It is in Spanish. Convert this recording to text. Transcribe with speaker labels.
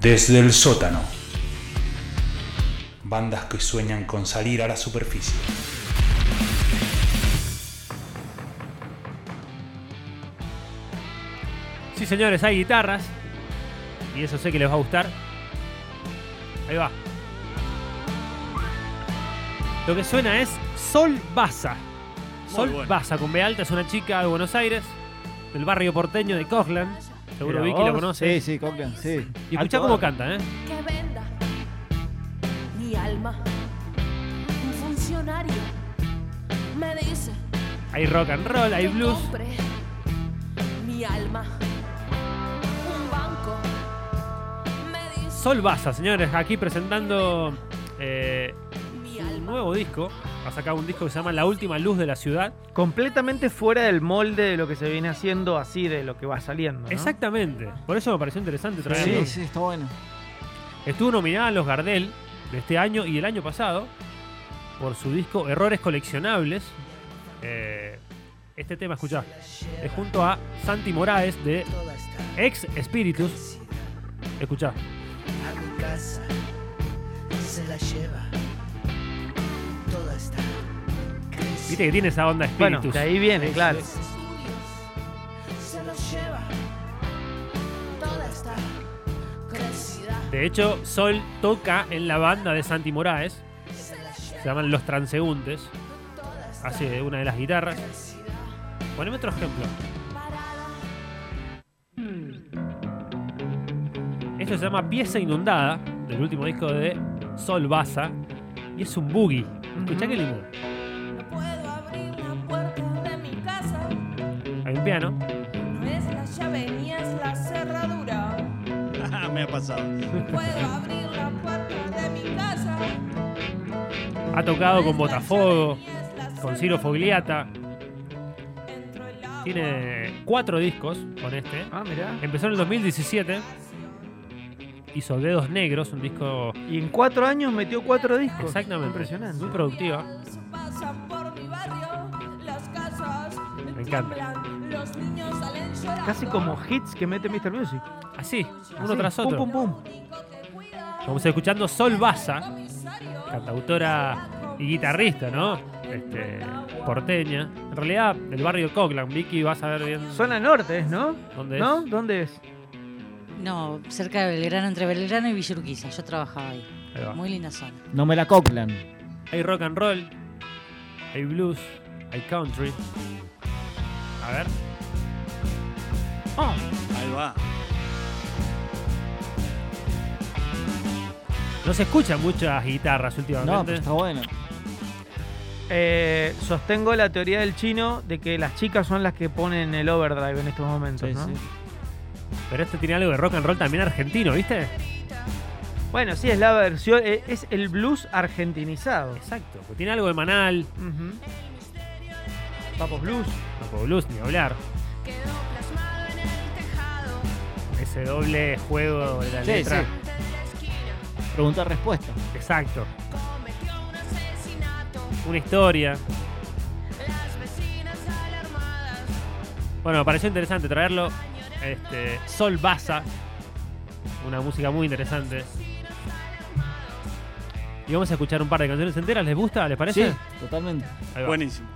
Speaker 1: Desde el sótano. Bandas que sueñan con salir a la superficie.
Speaker 2: Sí, señores, hay guitarras. Y eso sé que les va a gustar. Ahí va. Lo que suena es Sol Baza. Sol
Speaker 3: bueno.
Speaker 2: Baza, con B alta, es una chica de Buenos Aires, del barrio porteño de Coglan. Seguro
Speaker 3: Mira
Speaker 2: Vicky la
Speaker 3: vos.
Speaker 2: conoce.
Speaker 3: Sí, sí, Cochran, sí.
Speaker 2: Y escuchá cómo cantan, ¿eh?
Speaker 4: que venda mi alma. Un funcionario me dice
Speaker 2: Hay rock and roll, hay
Speaker 4: que
Speaker 2: blues.
Speaker 4: compre mi alma. Un banco me dice
Speaker 2: Sol Baza, señores, aquí presentando eh,
Speaker 4: mi
Speaker 2: un
Speaker 4: alma.
Speaker 2: nuevo disco. Ha sacado un disco que se llama La Última Luz de la Ciudad.
Speaker 5: Completamente fuera del molde de lo que se viene haciendo, así de lo que va saliendo. ¿no?
Speaker 2: Exactamente. Por eso me pareció interesante traerlo.
Speaker 3: Sí, sí, está bueno.
Speaker 2: Estuvo nominada a los Gardel de este año y el año pasado por su disco Errores Coleccionables. Eh, este tema, escuchá, es junto a Santi Moraes de Ex Spiritus. Escuchá,
Speaker 6: a mi casa se la lleva toda esta
Speaker 2: viste que tiene esa onda
Speaker 5: Bueno,
Speaker 2: Spiritus.
Speaker 5: de ahí viene, claro.
Speaker 4: estudios se los lleva toda esta crecida.
Speaker 2: De hecho, Sol toca en la banda de Santi Moraes. Se llaman Los Transeúntes. Hace una de las guitarras. Poneme otro ejemplo. Hmm. Esto se llama Pieza Inundada, del último disco de Sol Baza. Y es un boogie. Escuchá qué lindo.
Speaker 4: No puedo abrir la puerta de mi casa.
Speaker 2: Hay un piano.
Speaker 4: No es la llave ni es la cerradura.
Speaker 3: Me ha pasado.
Speaker 4: Puedo abrir la puerta de mi casa.
Speaker 2: Ha tocado con Botafogo, con Ciro Fogliata. Tiene cuatro discos con este.
Speaker 5: Ah, mirá.
Speaker 2: Empezó en el 2017. Hizo Dedos Negros, un disco
Speaker 5: Y en cuatro años metió cuatro discos.
Speaker 2: exactamente
Speaker 5: Impresionante.
Speaker 2: muy productiva.
Speaker 4: Me
Speaker 2: encanta.
Speaker 4: Los niños salen llorando.
Speaker 5: Casi como hits que mete Mr. Music.
Speaker 2: Así, uno
Speaker 5: Así,
Speaker 2: tras otro.
Speaker 5: Pum, pum, pum.
Speaker 2: Vamos escuchando Sol Baza, cantautora y guitarrista, ¿no? Este, porteña. En realidad, del barrio Cockland. Vicky, vas a ver bien
Speaker 5: Zona norte es, ¿no?
Speaker 2: dónde es.
Speaker 5: ¿No? ¿Dónde es?
Speaker 7: No, cerca de Belgrano, entre Belgrano y Villurquiza. Yo trabajaba ahí.
Speaker 2: Ahí va.
Speaker 7: Muy linda zona.
Speaker 3: No me la Cochran.
Speaker 2: Hay rock and roll, hay blues, hay country. A ver. Oh,
Speaker 3: Ahí va.
Speaker 2: no se escuchan muchas guitarras
Speaker 3: No, pero
Speaker 2: últimamente.
Speaker 3: está bueno.
Speaker 5: Eh, sostengo la teoría del chino de que las chicas son las que ponen el overdrive en estos momentos,
Speaker 3: Sí,
Speaker 5: ¿no?
Speaker 3: sí.
Speaker 2: Pero este tiene algo de rock and roll también argentino, ¿viste?
Speaker 5: Bueno, sí, es la versión, eh, es el blues argentinizado.
Speaker 2: Exacto. porque Tiene algo de Manal,
Speaker 5: Ujú. Papos blues.
Speaker 2: no puedo blues ni hablar. Ese doble juego de la
Speaker 3: Sí,
Speaker 2: letra.
Speaker 3: sí. Pregunta-respuesta.
Speaker 2: Exacto. Una historia. Bueno, me pareció interesante traerlo. Este, Sol Baza. Una música muy interesante. Y vamos a escuchar un par de canciones enteras. ¿Les gusta? ¿Les parece?
Speaker 3: Sí, totalmente.
Speaker 2: Ahí va.
Speaker 8: Buenísimo.